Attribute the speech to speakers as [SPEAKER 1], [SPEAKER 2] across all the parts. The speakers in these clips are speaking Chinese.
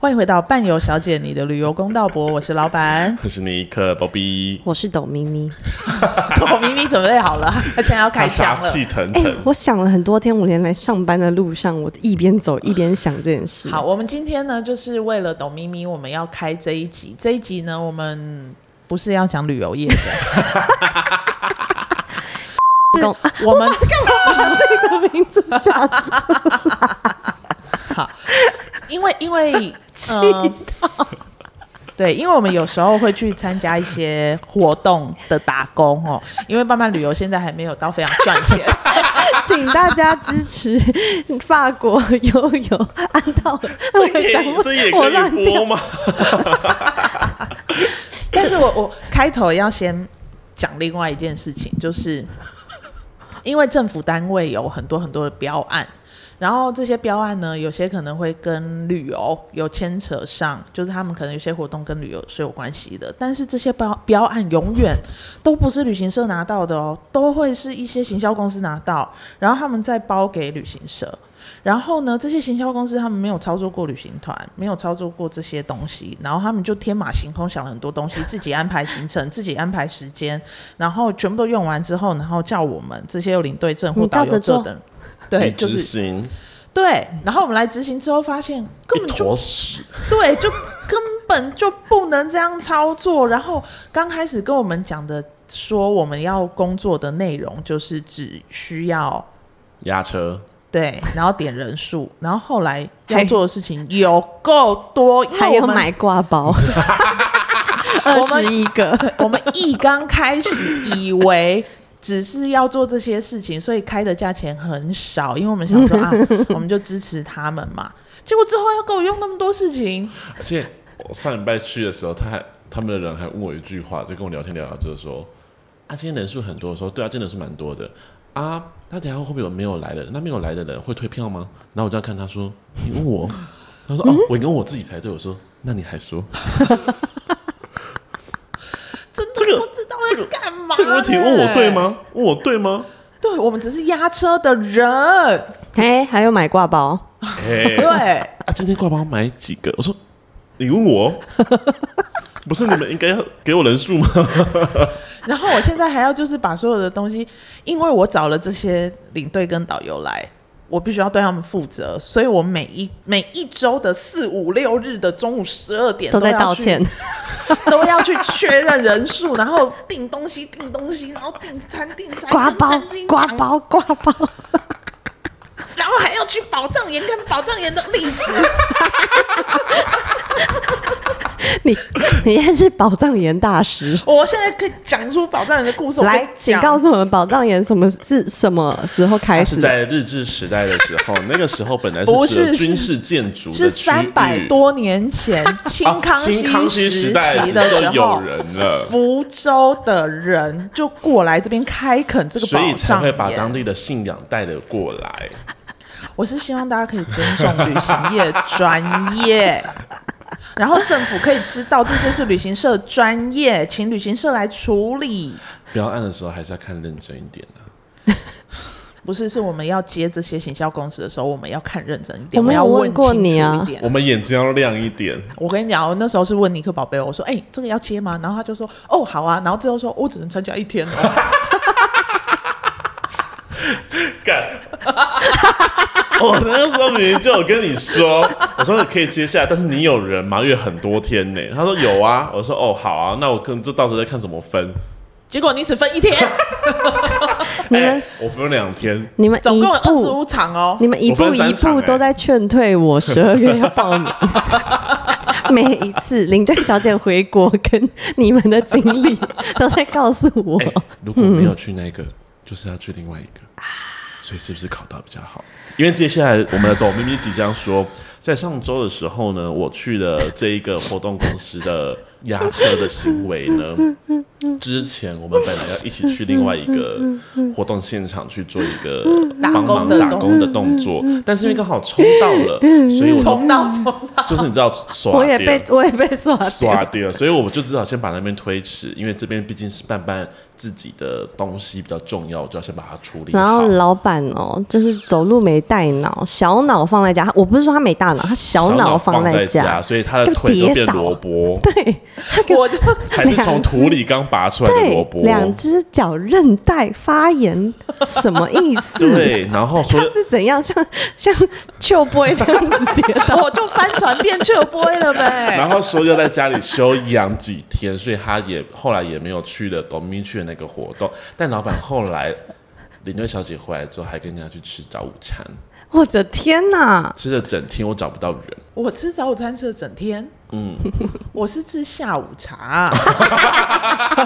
[SPEAKER 1] 欢迎回到伴游小姐你的旅游公道博，我是老板，
[SPEAKER 2] 可是尼克包比，
[SPEAKER 3] 我是抖 咪咪。
[SPEAKER 1] 我明明准备好了，他现在要开
[SPEAKER 2] 他
[SPEAKER 1] 枪
[SPEAKER 2] 杀
[SPEAKER 1] 了。
[SPEAKER 2] 气腾
[SPEAKER 3] 哎、
[SPEAKER 2] 腾。
[SPEAKER 3] 我想了很多天，我连来上班的路上，我一边走一边想这件事。
[SPEAKER 1] 好，，我们今天呢，就是为了董咪咪，我们要开这一集。这一集呢，我们不是要讲旅游业的，
[SPEAKER 3] 懂啊，
[SPEAKER 1] 我们这个
[SPEAKER 3] 把自己的名字讲出来
[SPEAKER 1] 好，因为因为嗯，对，因为我们有时候会去参加一些活动的打工哦，因为慢慢旅游现在还没有到非常赚钱，
[SPEAKER 3] 请大家支持法国悠游安道。我
[SPEAKER 1] 哎
[SPEAKER 2] 这也
[SPEAKER 3] 讲
[SPEAKER 2] 这也
[SPEAKER 3] 我
[SPEAKER 2] 可
[SPEAKER 3] 乱
[SPEAKER 2] 以播
[SPEAKER 3] 掉，
[SPEAKER 2] 吗？
[SPEAKER 1] 但是我我开头要先讲另外一件事情，就是因为政府单位有很多很多的标案，然后这些标案呢，有些可能会跟旅游有牵扯上，就是他们可能有些活动跟旅游是有关系的，但是这些标标案永远都不是旅行社拿到的哦，都会是一些行销公司拿到，然后他们再包给旅行社。然后呢，这些行销公司他们没有操作过旅行团，没有操作过这些东西，然后他们就天马行空想了很多东西，自己安排行程，自己安排时间，然后全部都用完之后，然后叫我们这些有领队证或
[SPEAKER 3] 你照
[SPEAKER 1] 导
[SPEAKER 3] 着
[SPEAKER 1] 游证
[SPEAKER 3] 做
[SPEAKER 1] 的人，对，
[SPEAKER 2] 你
[SPEAKER 1] 就
[SPEAKER 2] 执
[SPEAKER 1] 是
[SPEAKER 2] 行
[SPEAKER 1] 对，然后我们来执行之后发现根
[SPEAKER 2] 一
[SPEAKER 1] 本就
[SPEAKER 2] 坨屎，
[SPEAKER 1] 对，就根本就不能这样操作。然后刚开始跟我们讲的说我们要工作的内容就是只需要
[SPEAKER 2] 压车。
[SPEAKER 1] 对，然后点人数，然后后来要
[SPEAKER 3] 还
[SPEAKER 1] 做的事情有够多，因为
[SPEAKER 3] 还有
[SPEAKER 1] 我们
[SPEAKER 3] 买挂包，二
[SPEAKER 1] 我们
[SPEAKER 3] 十一个。
[SPEAKER 1] 我们一刚开始以为只是要做这些事情，所以开的价钱很少，因为我们想说啊，我们就支持他们嘛。结果之后要给我用那么多事情，
[SPEAKER 2] 而且我上礼拜去的时候，他还他们的人还问我一句话，就跟我聊天聊到就是说，啊，今天人数很多，我说对啊，今天人数蛮多的啊，那等一下会不会有没有来的人？那没有来的人会退票吗？然后我就要看他说，你问我，他说哦，我跟我自己才对，我说那你还说
[SPEAKER 1] 真的
[SPEAKER 2] 这个
[SPEAKER 1] 不知道
[SPEAKER 2] 这
[SPEAKER 1] 在
[SPEAKER 2] 个
[SPEAKER 1] 干嘛、
[SPEAKER 2] 这个问题问我对？吗？问我 对吗？
[SPEAKER 1] 对，我们只是压车的人，
[SPEAKER 3] 哎、还有买挂包，
[SPEAKER 2] 哎、
[SPEAKER 1] 对，
[SPEAKER 2] 啊，今天挂包买几个？我说你问 我，不是你们应该要给我人数吗？
[SPEAKER 1] 然后我现在还要就是把所有的东西，因为我找了这些领队跟导游来，我必须要对他们负责，所以我每一每一周的四五六日的中午十二点
[SPEAKER 3] 都在
[SPEAKER 1] 要
[SPEAKER 3] 道
[SPEAKER 1] 去
[SPEAKER 3] 歉。
[SPEAKER 1] 都要去确认人数，然后订东西订东西，然后订餐订餐，
[SPEAKER 3] 挂
[SPEAKER 1] 跟
[SPEAKER 3] 包
[SPEAKER 1] 餐厅，
[SPEAKER 3] 挂
[SPEAKER 1] 讲，
[SPEAKER 3] 包，挂包。
[SPEAKER 1] 然后还要去宝藏岩跟宝藏岩的历史。
[SPEAKER 3] 你你也是宝藏岩大师。
[SPEAKER 1] 我现在可以讲出宝藏岩的故事，我
[SPEAKER 3] 来
[SPEAKER 1] 可以，
[SPEAKER 3] 请
[SPEAKER 1] 讲
[SPEAKER 3] 告诉我们宝藏岩什么是什么时候开
[SPEAKER 2] 它
[SPEAKER 3] 始
[SPEAKER 2] 是
[SPEAKER 3] 的？
[SPEAKER 2] 在日治时代的时候，那个时候本来
[SPEAKER 1] 不是
[SPEAKER 2] 是只有
[SPEAKER 1] 是
[SPEAKER 2] 军事建筑的
[SPEAKER 1] 是
[SPEAKER 2] 区域
[SPEAKER 1] 三百多年前清
[SPEAKER 2] 啊
[SPEAKER 1] 康
[SPEAKER 2] 新康熙
[SPEAKER 1] 时
[SPEAKER 2] 代
[SPEAKER 1] 期
[SPEAKER 2] 时
[SPEAKER 1] 的时
[SPEAKER 2] 就有
[SPEAKER 1] 候。
[SPEAKER 2] 人了，
[SPEAKER 1] 福州的人就过来这边开垦这个宝
[SPEAKER 2] 所以才
[SPEAKER 1] 藏
[SPEAKER 2] 会把
[SPEAKER 1] 岩
[SPEAKER 2] 当地的信仰带了过来。
[SPEAKER 1] 我是希望大家可以尊重旅行业专业， 然后政府可以知道这些是旅行社专业，请旅行社来处理。
[SPEAKER 2] 标案的时候还是要看认真一点啊。
[SPEAKER 1] 不是，是我们要接这些行销公司的时候，我们要看认真一点，
[SPEAKER 3] 我
[SPEAKER 1] 们
[SPEAKER 3] 没有
[SPEAKER 1] 要问
[SPEAKER 3] 问过你啊
[SPEAKER 1] 清楚一点
[SPEAKER 2] 我们眼睛要亮一点，
[SPEAKER 1] 我跟你讲，我那时候是问尼克宝贝，我说：“哎、这个要接吗？”然后他就说：“哦，好啊。”然后最后说：“我只能参加一天哦。
[SPEAKER 2] 干。 我那个时候明明就有跟你说，我说你可以接下来，但是你有人吗？因为很多天呢。他说有啊，我说哦好啊，那我跟这到时候再看怎么分。”
[SPEAKER 1] 结果你只分一天，
[SPEAKER 3] 你
[SPEAKER 2] 哎
[SPEAKER 3] 们，
[SPEAKER 2] 我分了两天，
[SPEAKER 3] 你们
[SPEAKER 1] 总
[SPEAKER 3] 一
[SPEAKER 1] 共有二十
[SPEAKER 3] 步，
[SPEAKER 1] 五场哦。
[SPEAKER 3] 你们一步
[SPEAKER 2] 我分
[SPEAKER 3] 一
[SPEAKER 2] 三场
[SPEAKER 3] 步
[SPEAKER 2] 哎
[SPEAKER 3] 都在劝退我，十二月要报名。每一次领队小姐回国跟你们的经历都在告诉我
[SPEAKER 2] 哎、，如果没有去那个，就是要去另外一个，所以是不是考到比较好？因为接下来我们的抖咪咪即将说，在上周的时候呢，我去了这一个活动公司的压车的行为呢。之前我们本来要一起去另外一个活动现场去做一个
[SPEAKER 1] 打
[SPEAKER 2] 帮
[SPEAKER 1] 工
[SPEAKER 2] 忙
[SPEAKER 1] 的
[SPEAKER 2] 打
[SPEAKER 1] 动
[SPEAKER 2] 工的动作，但是因为刚好冲到了，所以我就
[SPEAKER 1] 从到从到，
[SPEAKER 2] 就是你知道耍
[SPEAKER 3] 我也
[SPEAKER 2] 掉
[SPEAKER 3] 被我也被刷
[SPEAKER 2] 刷掉，所以我们就只好先把那边推迟，因为这边毕竟是伴伴自己的东西比较重要，我就要先把它处理
[SPEAKER 3] 然
[SPEAKER 2] 好
[SPEAKER 3] 后。老板哦，就是走路没带脑，小脑放在家。我不是说他没大了，他小
[SPEAKER 2] 脑
[SPEAKER 3] 脑
[SPEAKER 2] 放
[SPEAKER 3] 在
[SPEAKER 2] 家，所以他的腿
[SPEAKER 3] 就
[SPEAKER 2] 就
[SPEAKER 3] 跌
[SPEAKER 2] 变
[SPEAKER 3] 倒
[SPEAKER 2] 萝卜，
[SPEAKER 3] 对，他给
[SPEAKER 1] 我就
[SPEAKER 2] 还是从
[SPEAKER 3] 两只
[SPEAKER 2] 土里刚拔出来的萝
[SPEAKER 3] 对
[SPEAKER 2] 卜，
[SPEAKER 3] 两只脚韧带发炎，什么意思？
[SPEAKER 2] 对，然后
[SPEAKER 3] 他
[SPEAKER 2] 说
[SPEAKER 3] 是怎样像像秋波这样子跌 倒？
[SPEAKER 1] 我就翻船变秋波了
[SPEAKER 2] 然
[SPEAKER 1] 呗。
[SPEAKER 2] 后说要在家里休养几天，所以他也后来也没有去了董明去的那个活动。但老板后来，林瑞小姐回来之后还跟人家去吃早午餐，
[SPEAKER 3] 我的天哪！
[SPEAKER 2] 吃了整天我找不到人，
[SPEAKER 1] 我吃早午餐吃了整天，嗯，我是吃下午茶，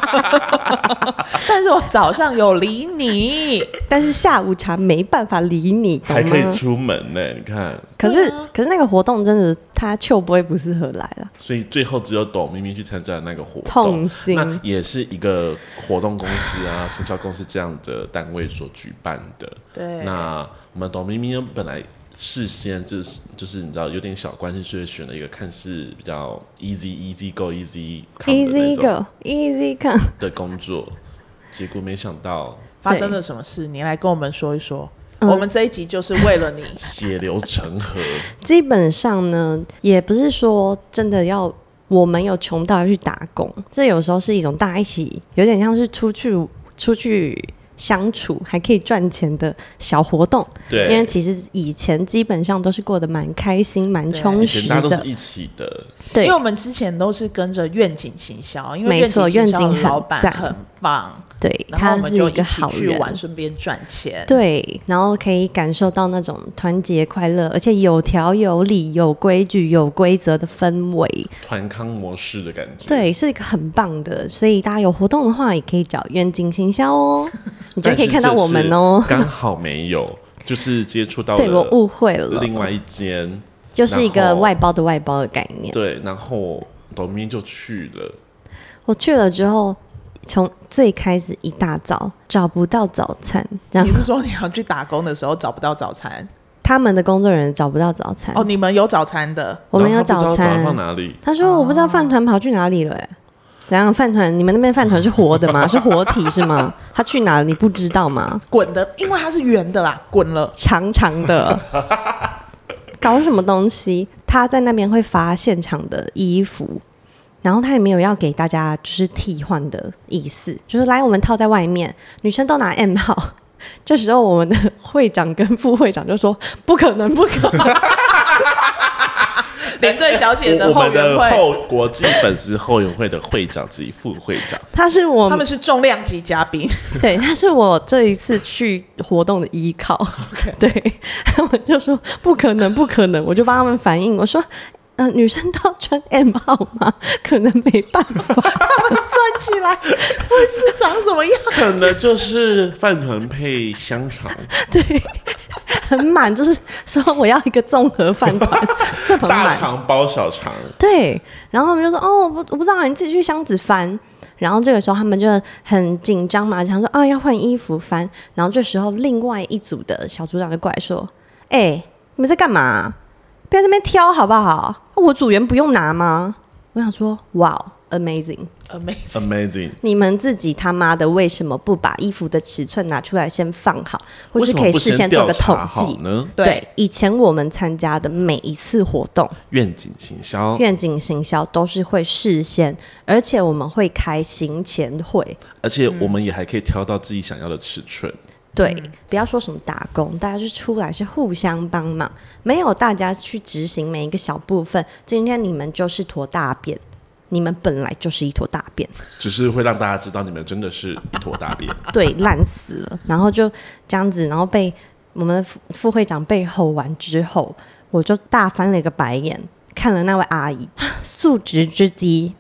[SPEAKER 1] 但是我早上有理你，
[SPEAKER 3] 但是下午茶没办法理你，懂
[SPEAKER 2] 还可以
[SPEAKER 3] 吗？
[SPEAKER 2] 出门呢、你看，
[SPEAKER 3] 可是、
[SPEAKER 1] 对啊
[SPEAKER 3] 可是那个活动真的，他秋波不适合来了。
[SPEAKER 2] 所以最后只有董明明去参加那个活动，
[SPEAKER 3] 痛心
[SPEAKER 2] 那也是一个活动公司啊、行销公司这样的单位所举办的。
[SPEAKER 1] 对，
[SPEAKER 2] 那我们董明明呢本来事先就是就是你知道有点小关系，所以选了一个看似比较 easy easy go easy come 的那
[SPEAKER 3] Easy
[SPEAKER 2] 种
[SPEAKER 3] go, easy come。
[SPEAKER 2] 的工作，结果没想到
[SPEAKER 1] 发生了什么事？你来跟我们说一说。
[SPEAKER 3] 嗯
[SPEAKER 1] 我们这一集就是为了你，
[SPEAKER 2] 血流成河，
[SPEAKER 3] 基本上呢，也不是说真的要我们有穷到要去打工，这有时候是一种大家一起，有点像是出去出去相处还可以赚钱的小活动。因为
[SPEAKER 2] 对，
[SPEAKER 3] 其实以前基本上都是过得蛮开心、蛮充
[SPEAKER 2] 啊以
[SPEAKER 3] 实
[SPEAKER 2] 前大家都是
[SPEAKER 3] 的，
[SPEAKER 2] 一起的，
[SPEAKER 3] 对
[SPEAKER 1] 因为我们之前都是跟着愿景行销，因为
[SPEAKER 3] 没错
[SPEAKER 1] 愿景行
[SPEAKER 3] 愿
[SPEAKER 1] 销
[SPEAKER 3] 景
[SPEAKER 1] 的
[SPEAKER 3] 很
[SPEAKER 1] 老板
[SPEAKER 3] 赞
[SPEAKER 1] 很棒，
[SPEAKER 3] 对，
[SPEAKER 1] 然后我
[SPEAKER 3] 他
[SPEAKER 1] 们
[SPEAKER 3] 是
[SPEAKER 1] 就
[SPEAKER 3] 一
[SPEAKER 1] 一
[SPEAKER 3] 个
[SPEAKER 1] 起
[SPEAKER 3] 好
[SPEAKER 1] 去
[SPEAKER 3] 人。
[SPEAKER 1] 玩，顺便赚钱。
[SPEAKER 3] 对，然后可以感受到那种团结快乐，而且有条有理、有规矩、有规则的氛围。
[SPEAKER 2] 团康模式的感觉，
[SPEAKER 3] 对，是一个很棒的，所以大家有活动的话，也可以找愿景行销哦，你
[SPEAKER 2] 但是这
[SPEAKER 3] 就
[SPEAKER 2] 次，
[SPEAKER 3] 可以看到我们哦。
[SPEAKER 2] 刚好没有，就是接触到
[SPEAKER 3] 对我
[SPEAKER 2] 了
[SPEAKER 3] 误会了，
[SPEAKER 2] 另外一间，
[SPEAKER 3] 就是一
[SPEAKER 2] 然
[SPEAKER 3] 个
[SPEAKER 2] 后
[SPEAKER 3] 外包的外包的概念。
[SPEAKER 2] 对，然后董明明就去了，
[SPEAKER 3] 我去了之后，从最开始一大早找不到早餐，然后
[SPEAKER 1] 你是说你要去打工的时候找不到早餐？
[SPEAKER 3] 他们的工作人员找不到早餐，
[SPEAKER 1] 哦，你们有早餐的，
[SPEAKER 3] 我们
[SPEAKER 2] 然
[SPEAKER 3] 有
[SPEAKER 2] 后他不知道
[SPEAKER 3] 餐
[SPEAKER 2] 找到。哪里，
[SPEAKER 3] 他说我不知道饭团跑去哪里了、欸，怎样？饭团你们那边饭团是活的吗？是活体是吗？他去哪了？你不知道吗？
[SPEAKER 1] 滚的，因为它是圆的啦，滚了。
[SPEAKER 3] 长长的，搞什么东西？他在那边会发现场的衣服，然后他也没有要给大家就是替换的意思，就是来我们套在外面，女生都拿 M 号。这时候我们的会长跟副会长就说：“不可能，不可能，
[SPEAKER 1] 领队小姐
[SPEAKER 2] 我
[SPEAKER 1] 的
[SPEAKER 2] 我
[SPEAKER 1] 后
[SPEAKER 2] 们
[SPEAKER 1] 援
[SPEAKER 2] 的
[SPEAKER 1] 会，
[SPEAKER 2] 后国际粉丝后援会的会长及副会长，
[SPEAKER 3] 他是我
[SPEAKER 1] 他
[SPEAKER 3] 们
[SPEAKER 1] 们是重量级嘉宾，
[SPEAKER 3] 对，他是我这一次去活动的依靠。 对，他们就说不可能，不可能，我就帮他们反映，我说。呃，女生都要穿 M 号吗？可能没办法。
[SPEAKER 1] 他们转起来会是长什么样？
[SPEAKER 2] 可能就是饭团配香 肠，
[SPEAKER 3] 对，很满，就是说我要一个综合饭团，这么
[SPEAKER 2] 大
[SPEAKER 3] 满。
[SPEAKER 2] 肠包小肠，
[SPEAKER 3] 对，然后我们就说哦，我不我不知道，你自己去箱子翻。然后这个时候他们就很紧张嘛，想说啊要换衣服翻。然后这时候另外一组的小组长就过来说：“哎、你们在干嘛？不要在那边挑好不好？哦我组员不用拿吗？”我想说，哇，amazing！
[SPEAKER 1] Amazing！
[SPEAKER 2] amazing。
[SPEAKER 3] 你们自己他妈的为什么不把衣服的尺寸拿出来先放好，或
[SPEAKER 2] 为
[SPEAKER 3] 是
[SPEAKER 2] 什
[SPEAKER 3] 可
[SPEAKER 2] 么
[SPEAKER 3] 以
[SPEAKER 2] 不
[SPEAKER 3] 事先做个
[SPEAKER 2] 调
[SPEAKER 3] 统
[SPEAKER 2] 查好
[SPEAKER 3] 计？
[SPEAKER 2] 呢？
[SPEAKER 1] 对，
[SPEAKER 3] 以前我们参加的每一次活动，
[SPEAKER 2] 愿景行销，
[SPEAKER 3] 愿景行销都是会事先，而且我们会开行前会。
[SPEAKER 2] 而且
[SPEAKER 3] 嗯
[SPEAKER 2] 我们也还可以挑到自己想要的尺寸。
[SPEAKER 3] 对，
[SPEAKER 2] 嗯
[SPEAKER 3] 不要说什么打工，大家是出来是互相帮忙，没有大家去执行每一个小部分。今天你们就是坨大便，你们本来就是一坨大 便，
[SPEAKER 2] 只是会让大家知道你们真的是一坨大便，
[SPEAKER 3] 对，烂死了。然后就这样子，然后被我们的副副会长被吼完之后，我就大翻了一个白眼，看了那位阿姨，素质之低，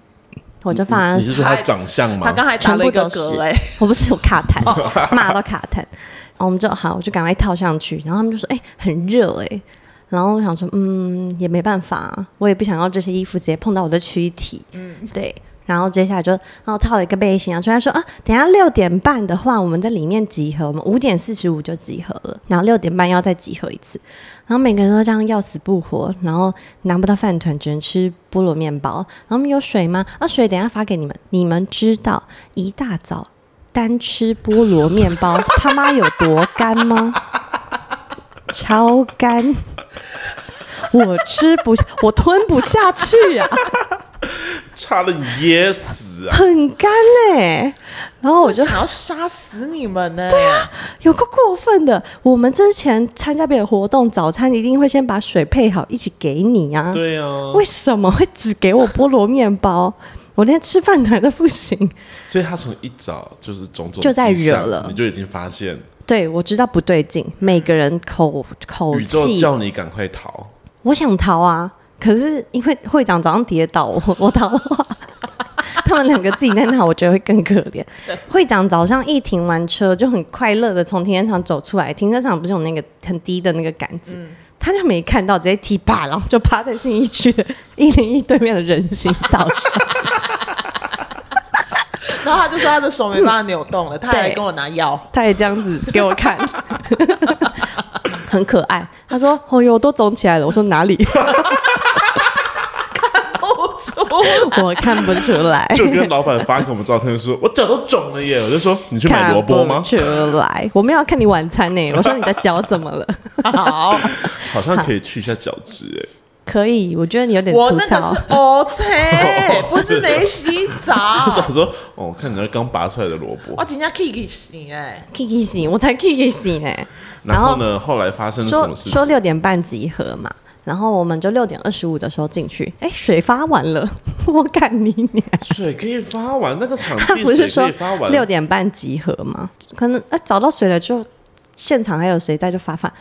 [SPEAKER 3] 我就放在
[SPEAKER 2] 你是说他长相
[SPEAKER 1] 他
[SPEAKER 2] 吗？
[SPEAKER 1] 刚才打
[SPEAKER 3] 全
[SPEAKER 1] 了
[SPEAKER 3] 部
[SPEAKER 1] 一
[SPEAKER 3] 都
[SPEAKER 1] 个
[SPEAKER 3] 是
[SPEAKER 1] 嗝，哎，
[SPEAKER 3] 我不是我卡痰，骂到卡痰，然后我们就好，我就赶快套上去，然后他们就说，哎、很热哎、然后我想说，嗯，也没办法、我也不想要这些衣服直接碰到我的躯体，嗯，对。然后接下来就，然后套了一个背心啊，然后他说啊，等一下六点半的话，我们在里面集合，我们五点四十五就集合了，然后六点半要再集合一次，然后每个人都这样要死不活，然后拿不到饭团，只能吃菠萝面包。然后我们有水吗？啊，水等一下发给你们。你们知道一大早单吃菠萝面 包他妈有多干吗？超干！我吃不下，我吞不下去啊，
[SPEAKER 2] 差的你噎死啊！
[SPEAKER 3] 很干哎、然后我
[SPEAKER 1] 我
[SPEAKER 3] 就
[SPEAKER 1] 就想要杀死你们呢、对啊，
[SPEAKER 3] 有个过分的，我们之前参加别的活动，早餐一定会先把水配好，一起给你啊。
[SPEAKER 2] 对啊，
[SPEAKER 3] 为什么会只给我菠萝面包？我连吃饭团都不行。
[SPEAKER 2] 所以他从一早就是种种
[SPEAKER 3] 就在
[SPEAKER 2] 迹象
[SPEAKER 3] 惹了
[SPEAKER 2] 你就已经发现
[SPEAKER 3] 对，我知道不对劲，每个人口口
[SPEAKER 2] 宇宙
[SPEAKER 3] 气，
[SPEAKER 2] 叫你赶快逃。
[SPEAKER 3] 我想逃啊，可是因为会长早上跌倒，我 我逃的话，他们两个自己在那，我觉得会更可怜。会长早上一停完车，就很快乐的从停车场走出来，停车场不是有那个很低的那个杆子。他就没看到，直接踢啪，然后就趴在信义区的 一零一对面的人行道上。
[SPEAKER 1] 然后他就说他的手没办法扭动了，他还来跟我拿药。
[SPEAKER 3] 他也这样子给我看， 很可爱。他说：“哦哟，都肿起来了。”我说：“哪里？
[SPEAKER 1] 不出，
[SPEAKER 3] 我看不出来。”
[SPEAKER 2] 就跟老板发给我们照片说，我脚都肿了耶，我就说你去买
[SPEAKER 3] 看啊
[SPEAKER 2] 萝卜吗
[SPEAKER 3] 不？出来，我没有要看你晚餐呢、我说你的脚怎么了？
[SPEAKER 1] 好，
[SPEAKER 2] 好像可以去一下脚趾
[SPEAKER 3] 可以，我觉得你有点
[SPEAKER 1] 我
[SPEAKER 3] 粗
[SPEAKER 1] 那个是
[SPEAKER 3] 糙。
[SPEAKER 2] 哦
[SPEAKER 1] OK，不是没洗
[SPEAKER 2] 哎，我
[SPEAKER 1] 澡。
[SPEAKER 2] 想说哦，我看你那刚拔出来的萝卜
[SPEAKER 3] 哦
[SPEAKER 1] 我。今天 Kiki 洗哎，
[SPEAKER 3] Kiki 醒，我才 Kiki 醒哎、
[SPEAKER 2] 然后呢，后来发生了什
[SPEAKER 3] 说
[SPEAKER 2] 么事
[SPEAKER 3] 说
[SPEAKER 2] 情？
[SPEAKER 3] 六点半集合嘛，然后我们就六点二十五的时候进去，哎、水发完了， 我干你娘！
[SPEAKER 2] 水可以发完，那个场
[SPEAKER 3] 他
[SPEAKER 2] 地
[SPEAKER 3] 不是
[SPEAKER 2] 水
[SPEAKER 3] 说
[SPEAKER 2] 可以发完。
[SPEAKER 3] 六点半集合吗？可能呃找到水了就现场还有谁在就发饭。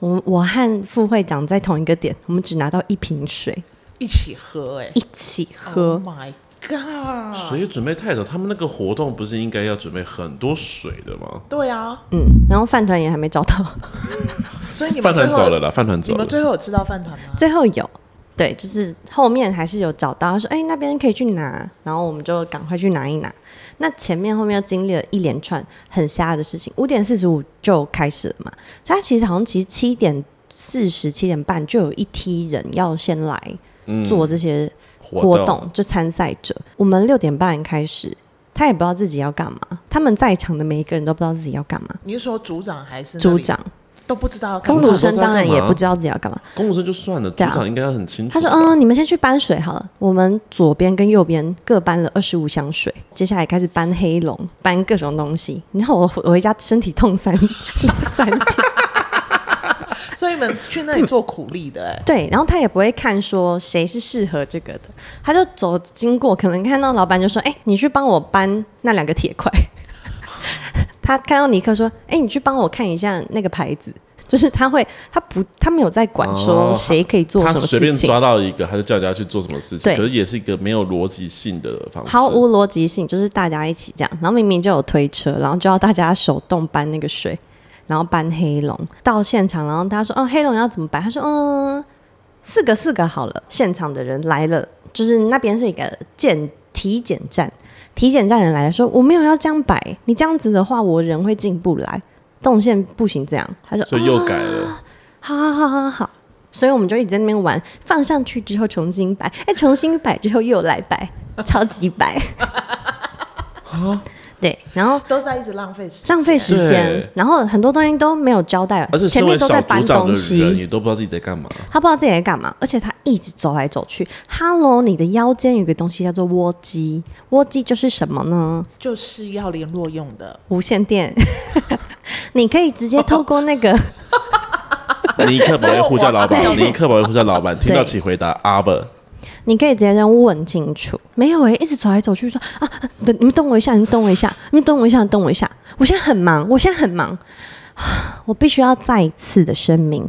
[SPEAKER 3] 我我和副会长在同一个点，我们只拿到一瓶水
[SPEAKER 1] 一起喝哎
[SPEAKER 3] 一起喝
[SPEAKER 1] ，Oh，my God！
[SPEAKER 2] 水准备太早，他们那个活动不是应该要准备很多水的吗？
[SPEAKER 1] 对啊，
[SPEAKER 3] 嗯，然后饭团也还没找到，
[SPEAKER 1] 所以你们
[SPEAKER 2] 饭
[SPEAKER 1] 最
[SPEAKER 2] 团走
[SPEAKER 1] 后
[SPEAKER 2] 了啦，饭团
[SPEAKER 1] 你
[SPEAKER 2] 走了
[SPEAKER 1] 们。最后有吃到饭团吗？
[SPEAKER 3] 最后有。对，就是后面还是有找到，他说：“哎、那边可以去拿。”然后我们就赶快去拿一拿。那前面后面又经历了一连串很瞎的事情。五点四十五就开始了嘛，所以他其实好像其实七点四十、七点半就有一批人要先来做这些嗯活
[SPEAKER 2] 活动
[SPEAKER 3] 动，就参赛者。我们六点半开始，他也不知道自己要干嘛，他们在场的每一个人都不知道自己要干嘛。
[SPEAKER 1] 你是说组长还是那里
[SPEAKER 3] 组长、
[SPEAKER 1] 都不知道？
[SPEAKER 3] 公
[SPEAKER 2] 组
[SPEAKER 3] 主
[SPEAKER 2] 长
[SPEAKER 3] 生当然
[SPEAKER 2] 不知道
[SPEAKER 3] 也
[SPEAKER 2] 干嘛
[SPEAKER 3] 不知道自己要干嘛。
[SPEAKER 2] 公务生就算了，组
[SPEAKER 3] 对啊
[SPEAKER 2] 长应该要很清楚
[SPEAKER 3] 他
[SPEAKER 2] 吧。
[SPEAKER 3] 说：“嗯，你们先去搬水好了。我们左边跟右边各搬了二十五箱水，接下来开始搬黑龙，搬各种东西。你看我 我回家身体痛三 三天。
[SPEAKER 1] 所以你们去那里做苦力的 哎，
[SPEAKER 3] 对，然后他也不会看说谁是适合这个的，他就走经过，可能看到老板就说：‘哎、你去帮我搬那两个铁块。’ 他看到尼克说：‘哎、你去帮我看一下那个牌子。’就是他会，他不，他没有在管
[SPEAKER 2] 哦
[SPEAKER 3] 说谁可以做
[SPEAKER 2] 他
[SPEAKER 3] 什么
[SPEAKER 2] 随便
[SPEAKER 3] 事情。
[SPEAKER 2] 抓到一个，他就叫人家去做什么事情，
[SPEAKER 3] 对
[SPEAKER 2] 可是也是一个没有逻辑性的方式。
[SPEAKER 3] 毫无逻辑性，就是大家一起这样，然后明明就有推车，然后就要大家手动搬那个水，然后搬哦黑龙到现场，然后他说：“哦，黑龙要怎么摆？”他说：“嗯，四个哦四个好了。”现场的人来了，就是那边是一个检体检站，体检站的人来了说：“我没有要这样摆，你这样子的话，我人会进不来，动线不行。”这样，他说：“
[SPEAKER 2] 所以又改
[SPEAKER 3] 啊
[SPEAKER 2] 了。
[SPEAKER 3] 好好好好好。所以我们就一直在那边玩，放上去之后重新摆，哎，重新摆之后又来 摆，超级摆。
[SPEAKER 2] 啊
[SPEAKER 3] 对，然后
[SPEAKER 1] 都在一直浪费时间
[SPEAKER 3] 浪费时间
[SPEAKER 2] 对，
[SPEAKER 3] 然后很多东西都没有交代，
[SPEAKER 2] 而且
[SPEAKER 3] 前
[SPEAKER 2] 身为
[SPEAKER 3] 面都在
[SPEAKER 2] 小
[SPEAKER 3] 搬
[SPEAKER 2] 组长
[SPEAKER 3] 东
[SPEAKER 2] 的人，
[SPEAKER 3] 西，
[SPEAKER 2] 也都不知道自己在干 嘛。
[SPEAKER 3] 他不知道自己在干嘛，而且他一直走来走去。Hello，你的腰间有个东西叫做窝肌，窝肌就是什么呢？
[SPEAKER 1] 就是要联络用的。
[SPEAKER 3] 无线电， 你可以直接透过那个。
[SPEAKER 2] 尼克宝会呼叫老板
[SPEAKER 1] 所以我，
[SPEAKER 2] 尼克宝会呼叫老板，听到
[SPEAKER 3] 对
[SPEAKER 2] 请回答阿伯。
[SPEAKER 3] 你可以直接这样问清楚。没有诶、欸一直走来走去说啊，啊等你们等我一下，你们等我一下，你们等我一下，你们等我一下。我现在很忙，我现在很忙， 啊我必须要再一次的声明，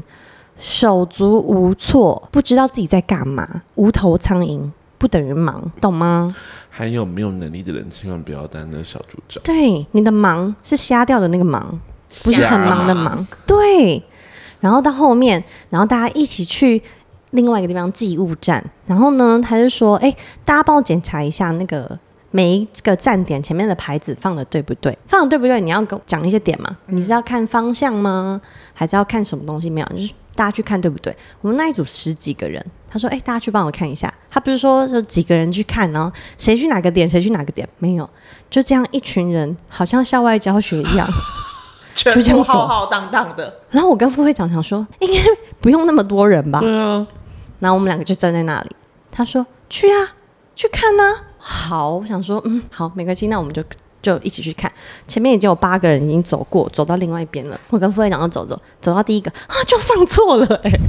[SPEAKER 3] 手足无措，不知道自己在干嘛，无头苍蝇不等于忙，懂吗？
[SPEAKER 2] 还有没有能力的人，千万不要当那小组长。
[SPEAKER 3] 对，你的忙是瞎掉的那个忙，不是很忙的忙。啊对，然后到后面，然后大家一起去另外一个地方寄物站，然后呢，他就说：“哎、大家帮我检查一下那个每一个站点前面的牌子放的对不对？放的对不对？你要跟我讲一些点嘛？你是要看方向吗？还是要看什么东西？没有，就是大家去看对不对？我们那一组十几个人，他说：哎、大家去帮我看一下。他不是说说几个人去看，然后谁去哪个点，谁去哪个点？没有，就这样一群人，好像校外教学一样。”
[SPEAKER 1] 全
[SPEAKER 3] 就这样
[SPEAKER 1] 部
[SPEAKER 3] 走
[SPEAKER 1] 浩浩荡荡的，嗯
[SPEAKER 3] 然后我跟副会长想说，应该不用那么多人吧？
[SPEAKER 2] 对啊，
[SPEAKER 3] 然后我们两个就站在那里。他说：“去啊，去看呐、好，我想说，嗯，好，没关系，那我们就就一起去看。前面已经有八个人已经走过，走到另外一边了。我跟副会长就走走，走到第一个啊，就放错了、欸，哎，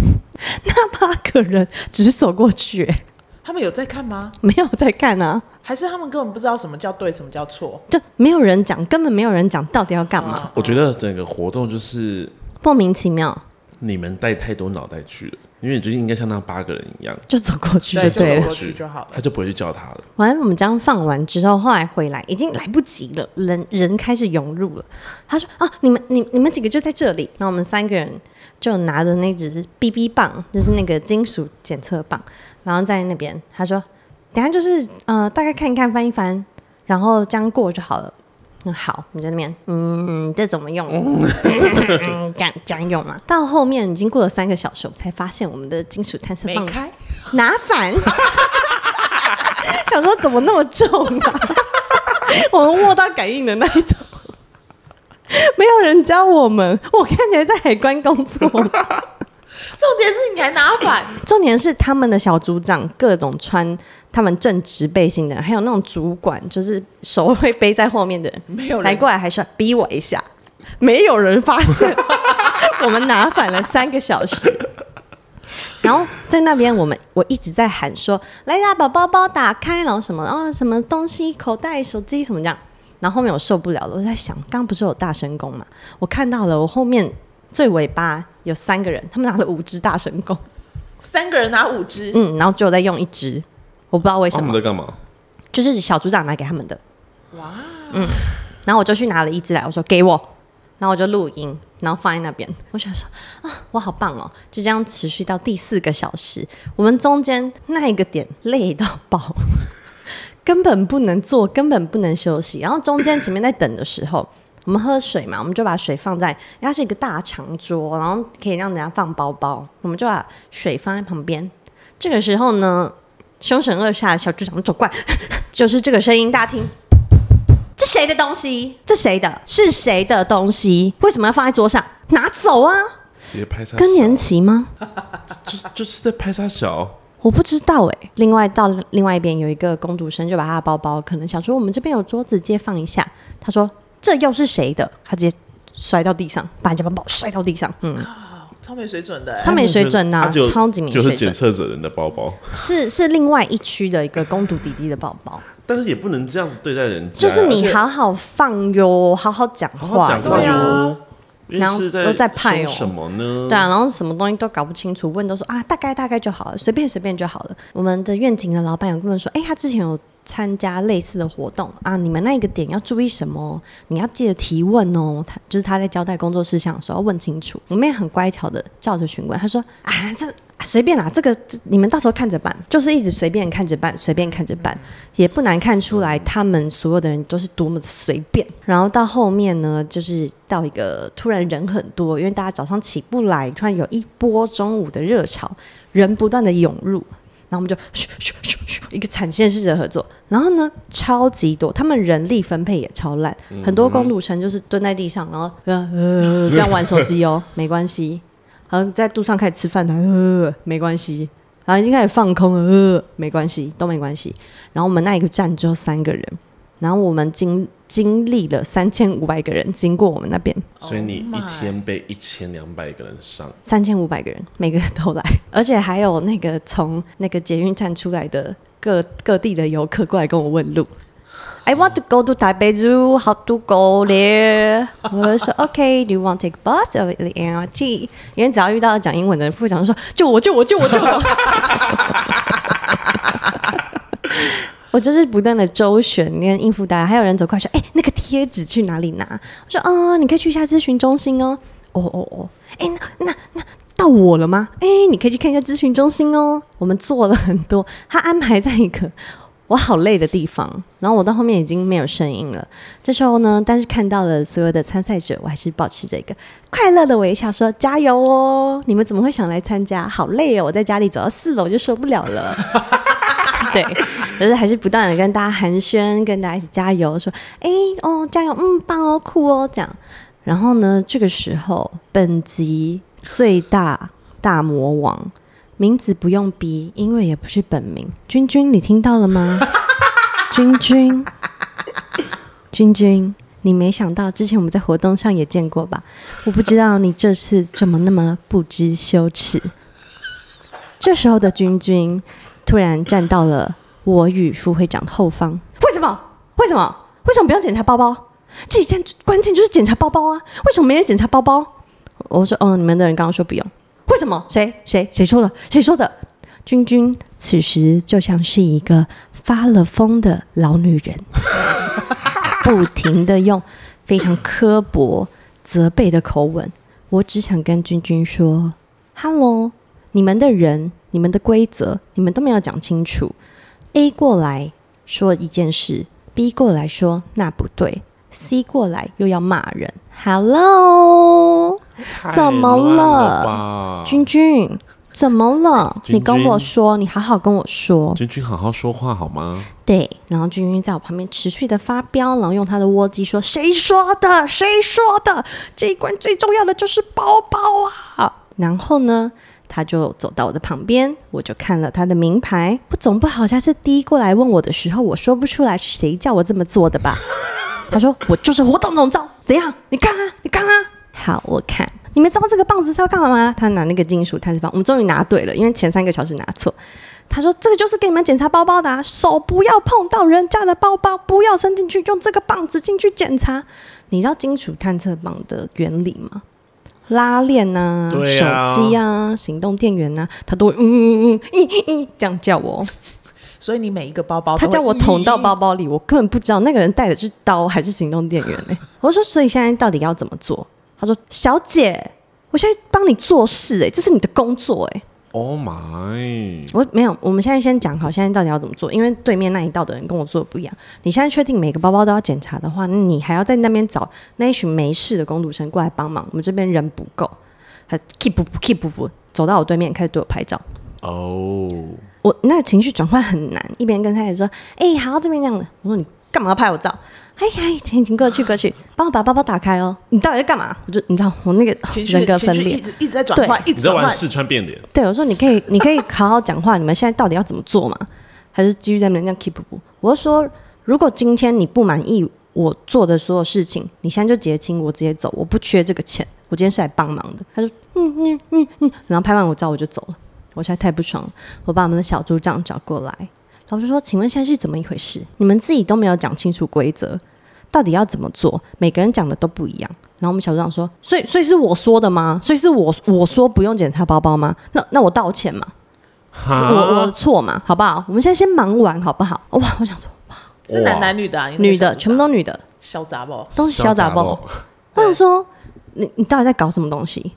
[SPEAKER 3] 那八个人只是走过去、欸，
[SPEAKER 1] 他们有在看吗？
[SPEAKER 3] 没有在看啊，
[SPEAKER 1] 还是他们根本不知道什么叫对，什么叫错？
[SPEAKER 3] 就没有人讲，根本没有人讲到底要干
[SPEAKER 1] 哦
[SPEAKER 3] 嘛，
[SPEAKER 2] 我觉得整个活动就是
[SPEAKER 3] 莫名其妙
[SPEAKER 2] 你们带太多脑袋去了，因为你就应该像那八个人一样，
[SPEAKER 3] 就走过去
[SPEAKER 1] 对
[SPEAKER 3] 就
[SPEAKER 1] 就
[SPEAKER 3] 对
[SPEAKER 1] 走
[SPEAKER 3] 了。
[SPEAKER 1] 过去就好了
[SPEAKER 2] 他就不会去叫他了。
[SPEAKER 3] 完了，我们这样放完之后，后来回来已经来不及了，人人开始涌入了。他说：“啊，你们你你们几个就在这里。”那我们三个人就拿着那只 BB 棒，就是那个金属检测棒，然后在那边。他说：“等一下就是呃，大概看一看，翻一翻，然后这样过就好了。”嗯，好，你在那边，嗯，这怎么用？嗯，这样这样用嘛。到后面已经过了三个小时，我才发现我们的金属探测
[SPEAKER 1] 没
[SPEAKER 3] 棒
[SPEAKER 1] 开，
[SPEAKER 3] 拿反， 想说怎么那么重啊？ 我们握到感应的那一头，没有人教我们。我看起来在海关工作，
[SPEAKER 1] 重点是你还拿 反，
[SPEAKER 3] 重点是他们的小组长各种穿他们正职背心的人，还有那种主管，就是手会背在后面的人，
[SPEAKER 1] 没有人
[SPEAKER 3] 来过来还说逼我一下，没有人发现， 我们拿反了三个小时。然后在那边，我们我一直在喊说：“来啦，把包包打开，然后什么啊、什么东西，口袋、手机什么这样。”然后后面我受不了了，我在想，刚不是有大神功嘛？我看到了，我后面最尾巴有三个人，他们拿了五支大神功，
[SPEAKER 1] 三个人拿五支，
[SPEAKER 3] 嗯，然后只有在用一支，我不知道为
[SPEAKER 2] 他
[SPEAKER 3] 什
[SPEAKER 2] 们
[SPEAKER 3] 么，
[SPEAKER 2] 在干嘛？
[SPEAKER 3] 就是小组长拿给他们的。嗯
[SPEAKER 1] 哇，
[SPEAKER 3] 然后我就去拿了一支来，我说给我，然后我就录音，然后放在那边。我想说啊，我好棒哦！就这样持续到第四个小时，我们中间那一个点累到爆， 根本不能坐，根本不能休息。然后中间前面在等的时候。我们喝水嘛，我们就把水放在，它是一个大长桌，然后可以让人家放包包，我们就把水放在旁边。这个时候呢，凶神恶煞的小组长走过来，就是这个声音，大家听。这谁的东西？这谁的？是谁的东西？为什么要放在桌上？拿走啊！
[SPEAKER 2] 直接拍他
[SPEAKER 3] 更年期吗？
[SPEAKER 2] 就就是在拍他小，
[SPEAKER 3] 我不知道哎、另外到另外一边有一个工读生，就把他的包包，可能想说我们这边有桌子，直接放一下。他说这又是谁的？他直接摔到地上，把人家包包摔到地上。 嗯，
[SPEAKER 1] 超没水准的欸、
[SPEAKER 3] 超没水准呐、
[SPEAKER 2] 他就
[SPEAKER 3] 超级没
[SPEAKER 2] 就是
[SPEAKER 3] 水
[SPEAKER 2] 检
[SPEAKER 3] 准。
[SPEAKER 2] 测者人的包包，
[SPEAKER 3] 是是另外一区的一个工读弟弟的包包，
[SPEAKER 2] 但是也不能这样子对待人家，
[SPEAKER 3] 就是
[SPEAKER 2] 啊而
[SPEAKER 3] 你
[SPEAKER 2] 且
[SPEAKER 3] 好好放哟，好好讲话
[SPEAKER 2] 好好讲话
[SPEAKER 1] 对
[SPEAKER 2] 哟
[SPEAKER 1] 啊，
[SPEAKER 2] 因为
[SPEAKER 3] 然后
[SPEAKER 2] 是在
[SPEAKER 3] 都在派哦
[SPEAKER 2] 说什么呢？
[SPEAKER 3] 对啊，然后什么东西都搞不清楚，问都说啊，大概大概就好了，随便随便就好了。我们的愿景的老板有跟我们说，哎，他之前有参加类似的活动啊，你们那个点要注意什么哦？你要记得提问哦。他就是他在交代工作事项的时候要问清楚。我们也很乖巧的照着询问，他说啊，这啊随便啦，这个这你们到时候看着办，就是一直随便看着办，随便看着办，也不难看出来他们所有的人都是多么的随便。然后到后面呢，就是到一个突然人很多，因为大家早上起不来，突然有一波中午的热潮，人不断的涌入，然后我们就咻咻咻咻一个产线式的合作，然后呢超级多，他们人力分配也超烂，很多工读生就是蹲在地上，然后呃呃这样玩手机哦，没关系，然后在路上开始吃饭的，呃没关系，然后已经开始放空了，呃没关系，都没关系。然后我们那一个站只有三个人，然后我们经经历了三千五百个人经过我们那边，
[SPEAKER 2] 所以你
[SPEAKER 1] Oh
[SPEAKER 2] 一
[SPEAKER 1] my
[SPEAKER 2] 天被一千两百个人上，
[SPEAKER 3] 三千五百个人，每个人都来， 而且还有那个从那个捷运站出来的各各地的游客过来跟我问路。I want to go to Taipei Zoo. How to go there? 我就说 OK. Do you want to take bus or the MRT? 因为只要遇到讲英文的人，副长说救我救我救我救我。我就是不断的周旋跟应付大家，还有人走过来说：“哎、那个贴纸去哪里拿？”我说：“嗯、你可以去一下咨询中心哦。”哦哦哦，哎、那那那到我了吗？哎、你可以去看一下咨询中心哦。我们做了很多，他安排在一个我好累的地方，然后我到后面已经没有声音了。这时候呢，但是看到了所有的参赛者，我还是保持着一个快乐的微笑，说：“加油哦！你们怎么会想来参加？好累哦！我在家里走到四楼就受不了了。” 对，就是还是不断的跟大家寒暄，跟大家一起加油，说，哎、哦，加油，嗯，棒哦，酷哦，这样。然后呢，这个时候，本集最大大魔王名字不用逼，因为也不是本名。君君，你听到了吗？君君，君君，你没想到，之前我们在活动上也见过吧？我不知道你这次怎么那么不知羞耻。这时候的君君突然站到了我与副会长后方，为什么？为什么？为什么不用检查包包？这一站关键就是检查包包啊！为什么没人检查包包？我说，哦，你们的人刚刚说不用，为什么？谁谁谁说了？谁说的？君君此时就像是一个发了疯的老女 人，不停的用非常刻薄、责备的口吻。我只想跟君君说：“Hello，你们的人、你们的规则，你们都没有讲清楚。A 过来说一件事，B 过来说那不对，C 过来又要骂人。Hello，怎么
[SPEAKER 2] 太烂
[SPEAKER 3] 了
[SPEAKER 2] 吧
[SPEAKER 3] 君君，怎么了？
[SPEAKER 2] 君君
[SPEAKER 3] 你跟我说，你好好跟我说。
[SPEAKER 2] 君君好好说话好吗？
[SPEAKER 3] 对，然后君君在我旁边持续的发飙，然后用他的窝机说：“谁说的？谁说的？这一关最重要的就是包包啊！”然后呢，他就走到我的旁边，我就看了他的名牌。我总不好下次递过来问我的时候，我说不出来是谁叫我这么做的吧？他说：“我就是活动总召，怎样？你看啊，你看啊。”好，我看。你们知道这个棒子是要干嘛吗？他拿那个金属探视棒，我们终于答对了，因为前三个小时拿错。他说：“这个就是给你们检查包包的、啊，手不要碰到人家的包包，不要伸进去，用这个棒子进去检查。你知道金属探测棒的原理吗？拉链呐、
[SPEAKER 2] 对啊
[SPEAKER 3] 手机啊，行动电源呐、他都会嗯嗯嗯嗯嗯嗯这样叫我。
[SPEAKER 1] 所以你每一个包包都
[SPEAKER 3] 他
[SPEAKER 1] 哦会，
[SPEAKER 3] 叫我捅到包包里，我根本不知道那个人带的是刀还是行动电源、欸、我说，所以现在到底要怎么做？他说，小姐，我现在帮你做事、欸，这是你的工作、欸，
[SPEAKER 2] Oh my！
[SPEAKER 3] 我没有，我们现在先讲好，现在到底要怎么做？因为对面那一道的人跟我做的不一样。你现在确定每个包包都要检查的话，那你还要在那边找那一群没事的工读生过来帮忙。我们这边人不够，他 keep 不 keep 不走到我对面开始对我拍照。
[SPEAKER 2] 哦，
[SPEAKER 3] 我那个情绪转换很难，一边跟他也说：“哎、好，这边这样的。”我说：“你干嘛拍我照？”哎呀，请请过去过去，帮我把包包打开哦。你到底在干嘛？我就你知道我那个
[SPEAKER 1] 情绪
[SPEAKER 3] 人格分
[SPEAKER 1] 情绪
[SPEAKER 3] 裂
[SPEAKER 1] 一，直一直在转换，一
[SPEAKER 2] 你
[SPEAKER 1] 直
[SPEAKER 2] 在
[SPEAKER 1] 转
[SPEAKER 2] 玩
[SPEAKER 1] 换。
[SPEAKER 2] 四川变脸？
[SPEAKER 3] 对，我说你可以， 你可以好好讲话。你们现在到底要怎么做嘛？还是继续在那边这样 keep 不？我是说，如果今天你不满意我做的所有事情，你现在就结清，我直接走，我不缺这个钱，我今天是来帮忙的。他说，嗯嗯嗯嗯，然后拍完我照我就走了。我现在太不爽了，我把我们的小组长找过来，老师说，请问现在是怎么一回事？你们自己都没有讲清楚规则，到底要怎么做？每个人讲的都不一样。然后我们小组长说：“所以，所以是我说的吗？所以是我我说不用检查包包吗？那那我道歉嘛，
[SPEAKER 2] 啊
[SPEAKER 3] 是我我的
[SPEAKER 2] 哈，
[SPEAKER 3] 错嘛，好不好？我们现在先忙完好不好？哇！我想说，
[SPEAKER 1] 是男男女的、啊，你那个
[SPEAKER 3] 女的
[SPEAKER 1] 小
[SPEAKER 3] 全部都女的，
[SPEAKER 1] 小杂包，
[SPEAKER 3] 都是小杂包。我
[SPEAKER 1] 对
[SPEAKER 3] 想说，你你到底在搞什么东西？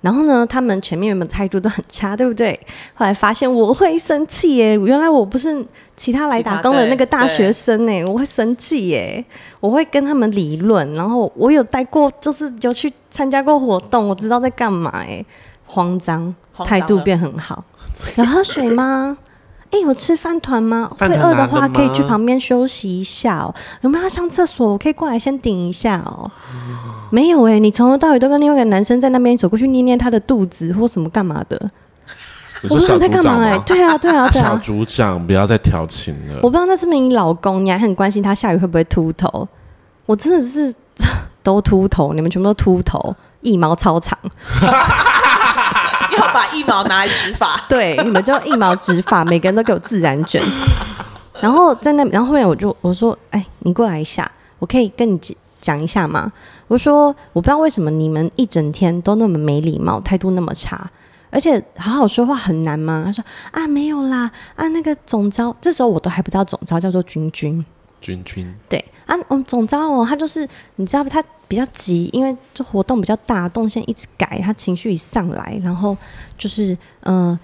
[SPEAKER 3] 然后呢，他们前面原本态度都很差，对不对？后来发现我会生气耶，原来我不是其他来打工的那个大学生哎，我会生气耶，我会跟他们理论，然后我有带过，就是有去参加过活动，我知道在干嘛哎，慌张，
[SPEAKER 1] 慌张
[SPEAKER 3] 态度
[SPEAKER 1] 了
[SPEAKER 3] 变很好。有喝水吗？哎、有吃饭团吗？会
[SPEAKER 2] 饭团
[SPEAKER 3] 饿的
[SPEAKER 2] 拿的
[SPEAKER 3] 话可以去
[SPEAKER 2] 吗
[SPEAKER 3] 旁边休息一下哦。有没有要上厕所？我可以过来先顶一下哦。没有哎、你从头到尾都跟另外一个男生在那边走过去捏捏他的肚子或什么干嘛的，
[SPEAKER 2] 你
[SPEAKER 3] 我
[SPEAKER 2] 说
[SPEAKER 3] 不知道
[SPEAKER 2] 小
[SPEAKER 3] 你在
[SPEAKER 2] 组
[SPEAKER 3] 干嘛
[SPEAKER 2] 长
[SPEAKER 3] 哎、
[SPEAKER 2] 吗？
[SPEAKER 3] 对啊，对啊，对
[SPEAKER 2] 小
[SPEAKER 3] 啊，
[SPEAKER 2] 组长不要再调情了
[SPEAKER 3] 我。不知道那是不是你老公，你还很关心他下雨会不会秃头？我真的是 都秃头，你们全部都秃头，一毛超长。，
[SPEAKER 1] 要把一毛拿来植发
[SPEAKER 3] 对，你们就一毛直发，每个人都给我自然卷。然后在那，然后后面我就我说，哎，你过来一下，我可以跟你讲讲一下吗？我说，我不知道为什么你们一整天都那么没礼貌，态度那么差，而且好好说话很难吗？他说啊，没有啦，啊，那个总招，这时候我都还不知道总招叫做君君。
[SPEAKER 2] 君君，
[SPEAKER 3] 对啊，嗯，总招哦，他就是你知道他比较急，因为这活动比较大，动线一直改，他情绪一上来，然后就是嗯、呃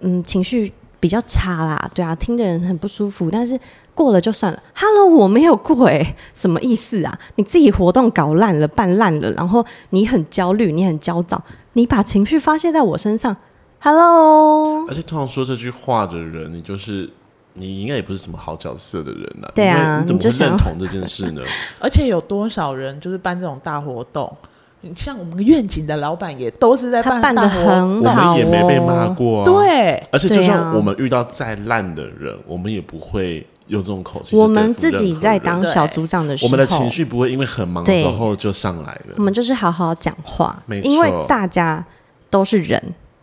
[SPEAKER 3] 嗯，情绪比较差啦，对啊，听的人很不舒服，但是过了就算了。Hello，我没有过诶、什么意思啊？你自己活动搞烂了，办烂了，然后你很焦虑，你很焦躁，你把情绪发泄在我身上。Hello，
[SPEAKER 2] 而且通常说这句话的人，你就是你应该也不是什么好角色的人呐、
[SPEAKER 3] 对啊
[SPEAKER 2] 因为你怎么
[SPEAKER 3] 你就
[SPEAKER 2] 会
[SPEAKER 3] 想
[SPEAKER 2] 认同这件事呢？
[SPEAKER 1] 而且有多少人就是办这种大活动，你像我们愿景的老板也都是在
[SPEAKER 3] 他
[SPEAKER 1] 办
[SPEAKER 3] 办的
[SPEAKER 1] 大活，
[SPEAKER 3] 很
[SPEAKER 2] 我
[SPEAKER 3] 好、哦，
[SPEAKER 2] 们也没被骂过、啊。，
[SPEAKER 1] 对，
[SPEAKER 2] 而且就
[SPEAKER 3] 对
[SPEAKER 2] 算
[SPEAKER 3] 啊
[SPEAKER 2] 我们遇到再烂的人，我们也不会用这种口气去对付任何人。
[SPEAKER 3] 我们自己在当
[SPEAKER 1] 对
[SPEAKER 3] 小组长的时候，
[SPEAKER 2] 我们的情，绪不会因为很忙
[SPEAKER 3] 对
[SPEAKER 2] 之后就上来
[SPEAKER 3] 我
[SPEAKER 2] 了。
[SPEAKER 3] 们就是好好讲话，
[SPEAKER 2] 没错
[SPEAKER 3] 因为大家都是人，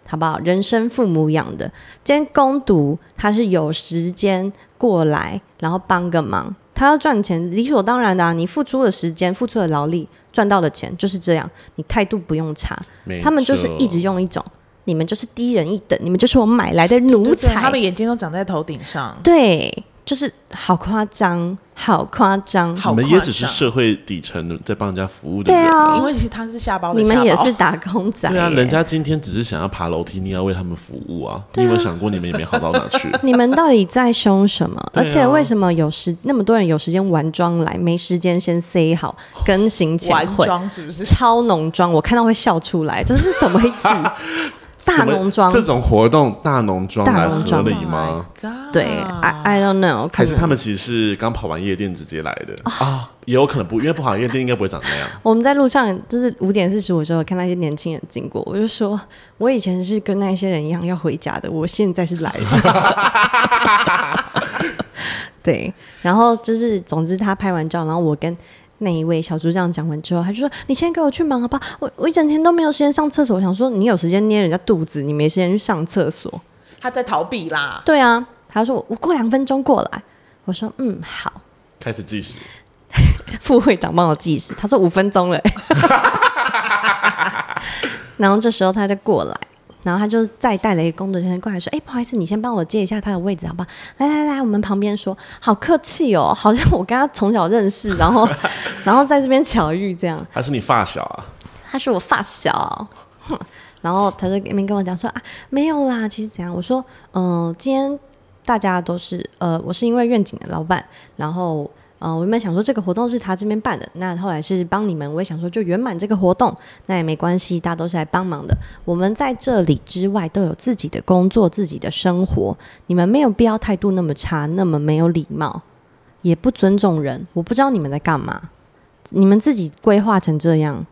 [SPEAKER 3] 好不好？人生父母养的，今天攻读他是有时间过来，然后帮个忙，他要赚钱，理所当然的啊。你付出了时间，付出了劳力，赚到的钱就是这样，你态度不用差。
[SPEAKER 2] 没
[SPEAKER 3] 他们就是
[SPEAKER 2] 错
[SPEAKER 3] 一直用一种，你们就是低人一等，你们就是我买来的奴
[SPEAKER 1] 对对
[SPEAKER 3] 才，
[SPEAKER 1] 他们眼睛都长在头顶上，
[SPEAKER 3] 对，就是好夸张，好夸张，
[SPEAKER 1] 好
[SPEAKER 2] 我们
[SPEAKER 1] 夸
[SPEAKER 2] 也只是
[SPEAKER 1] 张
[SPEAKER 2] 社会底层的在帮人家服务的人。
[SPEAKER 3] 对啊
[SPEAKER 1] 因为其实他是下包的
[SPEAKER 3] 你
[SPEAKER 1] 下包，
[SPEAKER 3] 们也是打工仔耶、
[SPEAKER 2] 对啊，人家今天只是想要爬楼梯，你要为他们服务啊！你有没有想过你们也没好到哪去？
[SPEAKER 3] 你们到底在凶什么？
[SPEAKER 2] 对啊
[SPEAKER 3] 而且为什么有时那么多人有时间玩妆来，没时间先 say 好跟行前
[SPEAKER 1] 完
[SPEAKER 3] 会？
[SPEAKER 1] 妆是 不是？
[SPEAKER 3] 超浓妆，我看到会笑出来，这是什么意思？大浓妆
[SPEAKER 2] 什么这种活动，大浓妆
[SPEAKER 3] 大
[SPEAKER 2] 来
[SPEAKER 3] 浓
[SPEAKER 2] 合
[SPEAKER 3] 妆
[SPEAKER 2] 理
[SPEAKER 1] Oh
[SPEAKER 2] 吗？
[SPEAKER 3] 对，I 啊 I don't know，
[SPEAKER 2] 还是他们其实是刚跑完夜店直接来的
[SPEAKER 3] 哦
[SPEAKER 2] 啊？也有可能不，因为不跑完夜店应该不会长那样。
[SPEAKER 3] 我们在路上就是五点四十五的时候看到一些年轻人经过，我就说，我以前是跟那些人一样要回家的，我现在是来的。对，然后就是，总之他拍完照，然后我跟那一位小组长讲完之后，他就说：“你先给我去忙好不好？我我一整天都没有时间上厕所。”我想说，你有时间捏人家肚子，你没时间去上厕所。
[SPEAKER 1] 他在逃避啦。
[SPEAKER 3] 对啊，他说：“我过两分钟过来。”我说：“嗯，好。”
[SPEAKER 2] 开始计时，
[SPEAKER 3] 副会长帮我计时，他说五分钟了、 欸然后这时候他就过来，然后他就再带了一个工作人员过来说：“哎、不好意思，你先帮我借一下他的位置好不好？来来来，我们旁边说，好客气哦，好像我跟他从小认识，然后然后在这边巧遇这样，
[SPEAKER 2] 还是你发小啊？
[SPEAKER 3] 他是我发小。” 哼，然后他就那边跟我讲说啊，没有啦，其实怎样？我说，嗯、今天大家都是呃，我是因为愿景的老板，然后呃，我原本想说这个活动是他这边办的，那后来是帮你们，我也想说就圆满这个活动，那也没关系，大家都是来帮忙的。我们在这里之外都有自己的工作、自己的生活，你们没有必要态度那么差，那么没有礼貌，也不尊重人。我不知道你们在干嘛，你们自己规划成这样。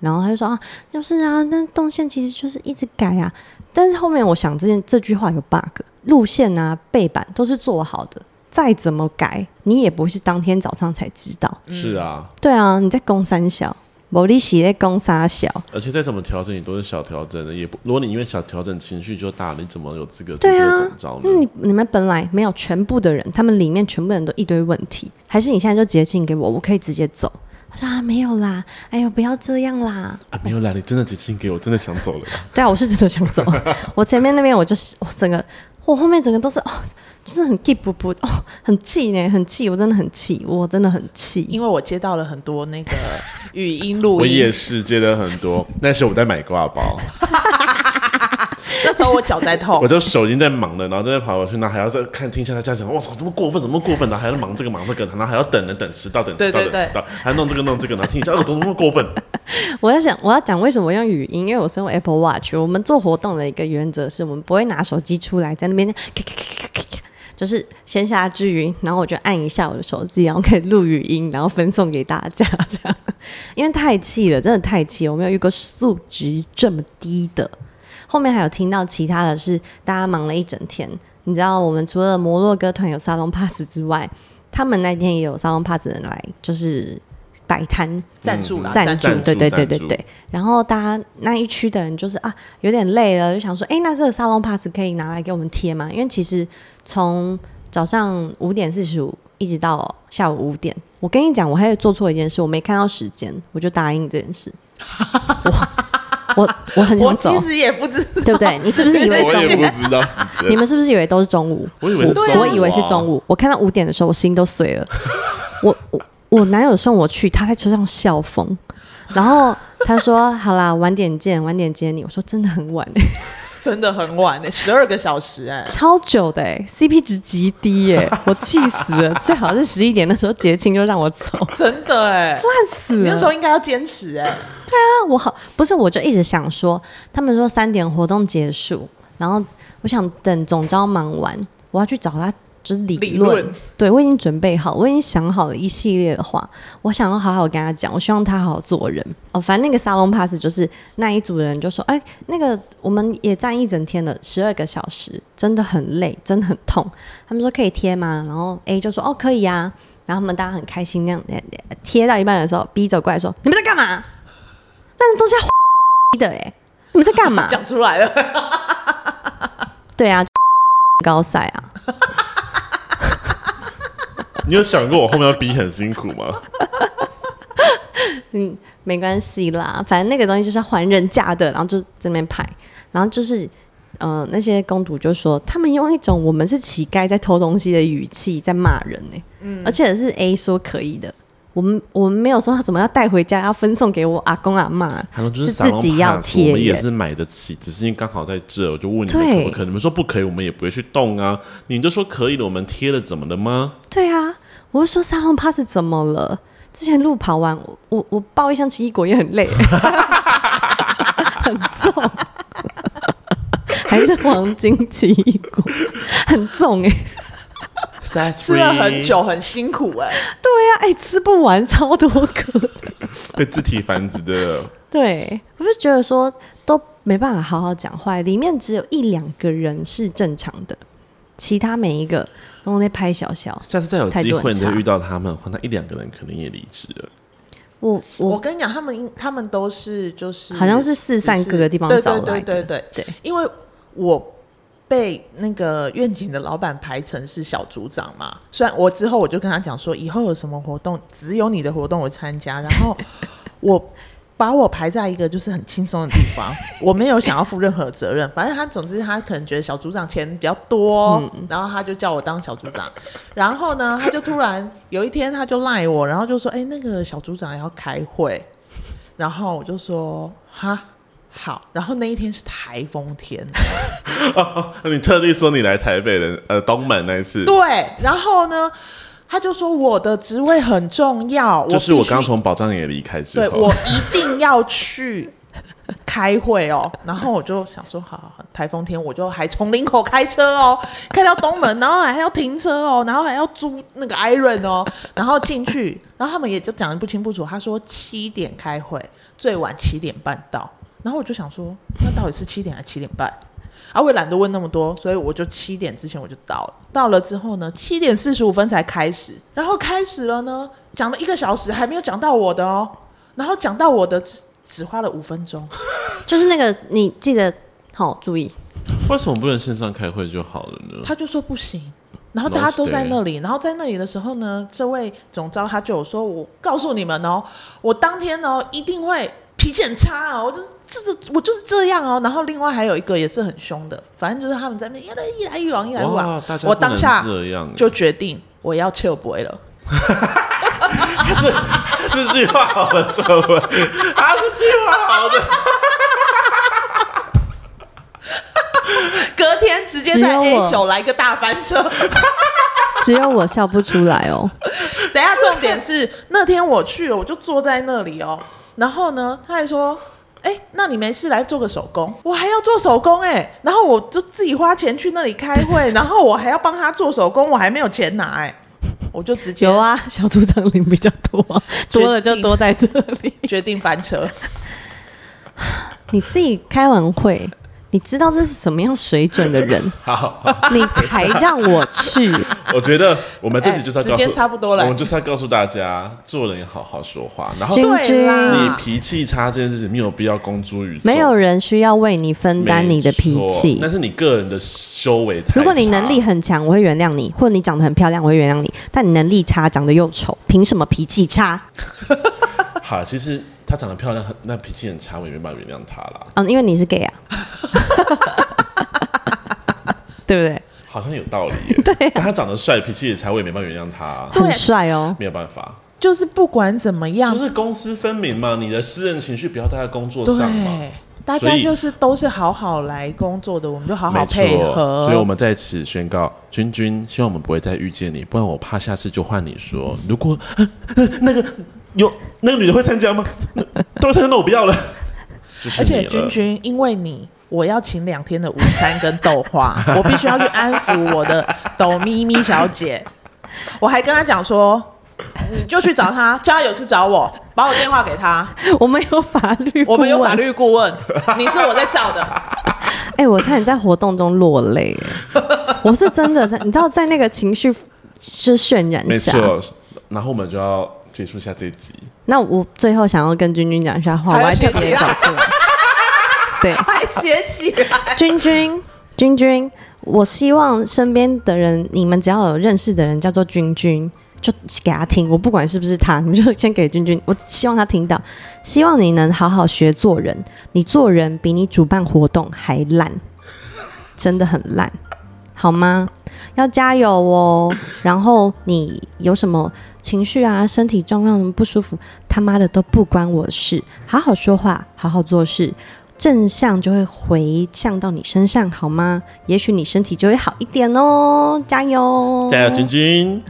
[SPEAKER 3] 然后他就说啊，就是啊，那动线其实就是一直改啊。但是后面我想这件这句话有 bug，路线啊、背板都是做好的，再怎么改，你也不是当天早上才知道。
[SPEAKER 2] 是啊，
[SPEAKER 3] 对啊，你在攻三小，某利息在攻三小，
[SPEAKER 2] 而且再怎么调整，也都是小调整的，也不。如果你因为小调整情绪就大了，你怎么有资格做
[SPEAKER 3] 对
[SPEAKER 2] 这
[SPEAKER 3] 啊
[SPEAKER 2] 个总招呢？
[SPEAKER 3] 你你们本来没有全部的人，他们里面全部人都一堆问题，还是你现在就直接信给我，我可以直接走。他说啊，没有啦，哎呦，不要这样啦。
[SPEAKER 2] 啊，没有啦，你真的解信给我，真的想走了。
[SPEAKER 3] 对啊，我是真的想走。 我前面那边我就是我整个，我后面整个都是哦，就是很气不不哦，很气呢，很气，我真的很气，我真的很气。
[SPEAKER 1] 因为我接到了很多 那个语音录
[SPEAKER 2] 我也
[SPEAKER 1] 音，
[SPEAKER 2] 是接了很多，那时候我在买挂包，
[SPEAKER 1] 那时候我脚在痛
[SPEAKER 2] 我，就手已经在忙了，然后在那跑过去，那还要再看听一下他家长，哇操，怎么过分，怎么过分，然后还要忙这个忙这个，然后还要等人等迟到等迟到
[SPEAKER 1] 对对
[SPEAKER 2] 等迟到，还要弄这个弄这个，然后听一下，哦，怎么那么过分？
[SPEAKER 3] 我要想我要讲为什么用语音，因为我是用 Apple Watch。我们做活动的一个原则是我们不会拿手机出来在那边 咔咔咔咔咔咔，就是闲暇之余，然后我就按一下我的手机，然后可以录语音，然后分送给大家这样。因为太气了，真的太气了，我没有遇过素质这么低的。后面还有听到其他的是，大家忙了一整天。你知道，我们除了摩洛哥团有沙龙 pass 之外，他们那天也有沙龙 pass 的人来，就是摆摊
[SPEAKER 1] 啊赞助
[SPEAKER 2] 嗯
[SPEAKER 1] 啦，
[SPEAKER 3] 赞
[SPEAKER 1] 助
[SPEAKER 3] 助
[SPEAKER 2] 赞，
[SPEAKER 3] 对对对
[SPEAKER 2] 赞
[SPEAKER 3] 对
[SPEAKER 2] 助
[SPEAKER 3] 对。然后大家那一区的人就是啊，有点累了，就想说，哎，那这个沙龙 pass 可以拿来给我们贴吗？因为其实从早上五点四十五一直到下午五点，我跟你讲，我还有做错一件事，我没看到时间，我就答应这件事。我我我很
[SPEAKER 1] 我
[SPEAKER 3] 想走
[SPEAKER 1] 其，实也不知道，
[SPEAKER 3] 对不对？你 是不是以为
[SPEAKER 2] 我
[SPEAKER 3] 中
[SPEAKER 2] 也
[SPEAKER 3] 午
[SPEAKER 2] 不？知道时
[SPEAKER 3] 你
[SPEAKER 2] 间，
[SPEAKER 3] 们是不是以为都是中午？
[SPEAKER 2] 我以为是中午啊
[SPEAKER 3] 我以为是中午。我看到五点的时候，我心都碎了。 我我我男友送我去，他在车上笑疯，然后他说：“好啦，晚点见，晚点接你。”我说：“真的很晚、
[SPEAKER 1] 真的很晚呢，十二个小时哎，
[SPEAKER 3] 超久的、欸、，CP 值极低 耶、我气死了。最好是十一点那时候结清就让我 走，
[SPEAKER 1] 真的哎，
[SPEAKER 3] 死
[SPEAKER 1] 你
[SPEAKER 3] 了
[SPEAKER 1] 那时候应该要坚持哎，
[SPEAKER 3] 我好不是，我就一直想说，他们说三点活动结束，然后我想等总招忙完，我要去找他就是理
[SPEAKER 1] 理
[SPEAKER 3] 论。
[SPEAKER 1] 论
[SPEAKER 3] 对我已经准备好，我已经想好了一系列的话，我想要好好跟他讲，我希望他好好做人。哦，反正那个沙龙 pass 就是那一组的人就说，哎，那个我们也站一整天了，十二个小时，真的很累，真的很痛。他们说可以贴吗？然后 A 就说哦可以呀、然后他们大家很开心那样贴到一半的时候，B 走过来说：“你们在干嘛？那个东西要的哎、你们在干 嘛？”
[SPEAKER 1] 讲出来 了，
[SPEAKER 3] 对啊，就 高赛啊，
[SPEAKER 2] 你有想过我后面要逼很辛苦吗？
[SPEAKER 3] 嗯，没关系啦，反正那个东西就是要还人价的，然后就在那边拍，然后就是。呃，那些公主就说，他们用一种我们是乞丐在偷东西的语气在骂人呢、嗯，而且是 A 说可以的，我们我们没有说他怎么要带回家，要分送给我阿公阿妈，
[SPEAKER 2] 还有就是是
[SPEAKER 3] 自己要
[SPEAKER 2] salon pass，
[SPEAKER 3] 贴
[SPEAKER 2] 我们也
[SPEAKER 3] 耶
[SPEAKER 2] 是买得起，只是因为刚好在这，我就问你们可
[SPEAKER 3] 对
[SPEAKER 2] 不可以，你们说不可以，我们也不会去动啊。你就说可以的，我们贴了怎么了吗？
[SPEAKER 3] 对啊，我就说沙龙 pass 怎么了？之前路跑完，我我我抱一箱奇异果也很累、 很重，还是黄金奇异果，很重哎、
[SPEAKER 1] 吃
[SPEAKER 3] 啊
[SPEAKER 1] 了很 久，很辛苦哎、
[SPEAKER 3] 对呀、啊，哎、吃不完，超多个。
[SPEAKER 2] 会自体繁殖的，
[SPEAKER 3] 对，我就觉得说都没办法好好讲话，里面只有一两个人是正常的，其他每一个都在拍小小。
[SPEAKER 2] 下次再有机会你
[SPEAKER 3] 态度很
[SPEAKER 2] 再
[SPEAKER 3] 差
[SPEAKER 2] 遇到他们的话，那一两个人可能也离职了。
[SPEAKER 3] 我
[SPEAKER 1] 我
[SPEAKER 3] 我
[SPEAKER 1] 跟你讲，他们应他们都是就是
[SPEAKER 3] 好像是四散各个地方
[SPEAKER 1] 对
[SPEAKER 3] 找
[SPEAKER 1] 对
[SPEAKER 3] 来
[SPEAKER 1] 对
[SPEAKER 3] 的
[SPEAKER 1] 对对
[SPEAKER 3] 对
[SPEAKER 1] 因为我被那个愿景的老板排成是小组长嘛，虽然我之后我就跟他讲说，以后有什么活动，只有你的活动我参加，然后我。把我排在一个就是很轻松的地方，我没有想要负任何责任。反正他，总之他可能觉得小组长钱比较多，然后他就叫我当小组长。然后呢，他就突然有一天他就赖我，然后就说：“哎、那个小组长要开会。”然后我就说哈好，然后那一天是台风 天，
[SPEAKER 2] 你特地说你来台北的，呃，东门那一次，
[SPEAKER 1] 对，然后呢，他就说我的职位很重要，
[SPEAKER 2] 就是我
[SPEAKER 1] 必须
[SPEAKER 2] 刚从宝藏野离开之
[SPEAKER 1] 对
[SPEAKER 2] 后
[SPEAKER 1] 我，一定要去开会哦。 然后我就想说，好好，好台风天我就还从林口开车哦，开到东门，然后还要停车哦，然后还要租那个 Iron 哦，然后进去，然后他们也就讲的不清不楚。他说七点开会，最晚七点半到。然后我就想说，那到底是七点还是七点半？啊，我也懒得问那么多，所以我就七点之前我就到了。到了之后呢，七点四十五分才开始，然后开始了呢，讲了一个小时，还没有讲到我的哦。然后讲到我的只只花了五分钟，
[SPEAKER 3] 就是那个，你记得好、注意，
[SPEAKER 2] 为什么不能线上开会就好了呢？
[SPEAKER 1] 他就说不行。然后大家都在那里，然后在那里的时候呢，这位总招他就有说：“我告诉你们哦，我当天哦一定会脾气很差哦，我就是这这我就是这样哦。”然后另外还有一个也是很凶的，反正就是他们在那边一来一来一往一来一
[SPEAKER 2] 哇
[SPEAKER 1] 往，，
[SPEAKER 2] 大家
[SPEAKER 1] 我
[SPEAKER 2] 不
[SPEAKER 1] 当
[SPEAKER 2] 能
[SPEAKER 1] 下
[SPEAKER 2] 这样欸，
[SPEAKER 1] 就决定我要切不会了。
[SPEAKER 2] 是 是计划好的社会，他是计划好的。
[SPEAKER 1] 隔天直接
[SPEAKER 3] 只
[SPEAKER 1] 在
[SPEAKER 3] 有
[SPEAKER 1] A
[SPEAKER 3] 我
[SPEAKER 1] 九来个大翻车。
[SPEAKER 3] 只有我笑不出来哦。
[SPEAKER 1] 等一下，重点是那天我去了，我就坐在那里哦。然后呢，他还说：“哎、那你没事来做个手工，我还要做手工哎、然后我就自己花钱去那里开 会，然后我还要帮他做手工，我还没有钱拿哎、我就直接
[SPEAKER 3] 有 啊，小组长领比较多啊、多了就多在这里。
[SPEAKER 1] 决定翻车。
[SPEAKER 3] 你自己开完会，你知道这是什么样水准的 人，
[SPEAKER 2] 好，好
[SPEAKER 3] 你还让我 去？
[SPEAKER 2] 我觉得我们这集就是要
[SPEAKER 1] 哎
[SPEAKER 2] 告诉，
[SPEAKER 1] 时间差不多了
[SPEAKER 2] 我们就是要告诉大家，做人要好好说话，然后
[SPEAKER 3] 君
[SPEAKER 1] 对
[SPEAKER 3] 君，
[SPEAKER 1] 啦
[SPEAKER 2] 你脾气差这件事情没有必要公诸于众，
[SPEAKER 3] 没有人需要为你分
[SPEAKER 2] 没
[SPEAKER 3] 担你的脾
[SPEAKER 2] 错
[SPEAKER 3] 气
[SPEAKER 2] 那。是你个人的修为太差。
[SPEAKER 3] 如果你能力很强，我会原谅你；或者你长得很漂亮，我会原谅你。但你能力差，长得又丑，凭什么脾气差？
[SPEAKER 2] 好，其实她长得漂亮，很那脾气很差，我也没办法原谅她啦。
[SPEAKER 3] 嗯，因为你是 gay 啊， 对不对？
[SPEAKER 2] 好像有道理 耶，
[SPEAKER 1] 啊
[SPEAKER 2] 对、但她长得帅，脾气也差，我也没办法原谅她啊，
[SPEAKER 1] 对
[SPEAKER 3] 很帅哦，
[SPEAKER 2] 没有办法。
[SPEAKER 1] 就是不管怎么样，
[SPEAKER 2] 就是公私分明嘛，你的私人情绪不要带在工作上嘛
[SPEAKER 1] 对。，大家
[SPEAKER 2] 所以
[SPEAKER 1] 就是都是好好来工作的，我们就好好
[SPEAKER 2] 没错，
[SPEAKER 1] 配合。
[SPEAKER 2] 所以我们在此宣告，君君，希望我们不会再遇见你，不然我怕下次就换你说。如果、 呃呃那个有那个女的会参加吗？那都会参加，那我不要了。就是
[SPEAKER 1] 而
[SPEAKER 2] 你
[SPEAKER 1] 且
[SPEAKER 2] 了
[SPEAKER 1] 君君，因为你，我要请两天的午餐跟豆 花，我必须要去安抚我的抖咪咪小姐。我还跟她讲说，你就去找她，叫她有事找我，把我电话给 她。
[SPEAKER 3] 我们有法律，
[SPEAKER 1] 我们有法。律顾问，你是我在找 的。
[SPEAKER 3] 哎、我差点在活动中落泪，哎我是真的在，你知道，在那个情绪就是渲染
[SPEAKER 2] 没
[SPEAKER 3] 下，
[SPEAKER 1] 啊
[SPEAKER 2] 错。然后我们就要结束一下这一集，
[SPEAKER 3] 那我最后想要跟君君讲一下话，
[SPEAKER 1] 还
[SPEAKER 3] 我
[SPEAKER 1] 要
[SPEAKER 3] 还特
[SPEAKER 1] 学
[SPEAKER 3] 别
[SPEAKER 1] 起
[SPEAKER 3] 找
[SPEAKER 1] 来
[SPEAKER 3] 出来。对，
[SPEAKER 1] 还写起来，
[SPEAKER 3] 君君，君君，我希望身边的人，你们只要有认识的人叫做君君，就给他听。我不管是不是他，你 们就先给君君。我希望他听到，希望你能好好学做人。你做人比你主办活动还烂，真的很烂，好吗？要加油哦！然后你有什么情绪啊、身体状况什么不舒服，他妈的都不关我事。好好说话，好好做事，正向就会回向到你身上，好吗？也许你身体就会好一点哦，加油！
[SPEAKER 2] 加油，君君，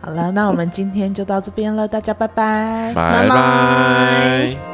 [SPEAKER 1] 好了，那我们今天就到这边了，大家拜拜。
[SPEAKER 2] 拜
[SPEAKER 3] 拜
[SPEAKER 2] 拜。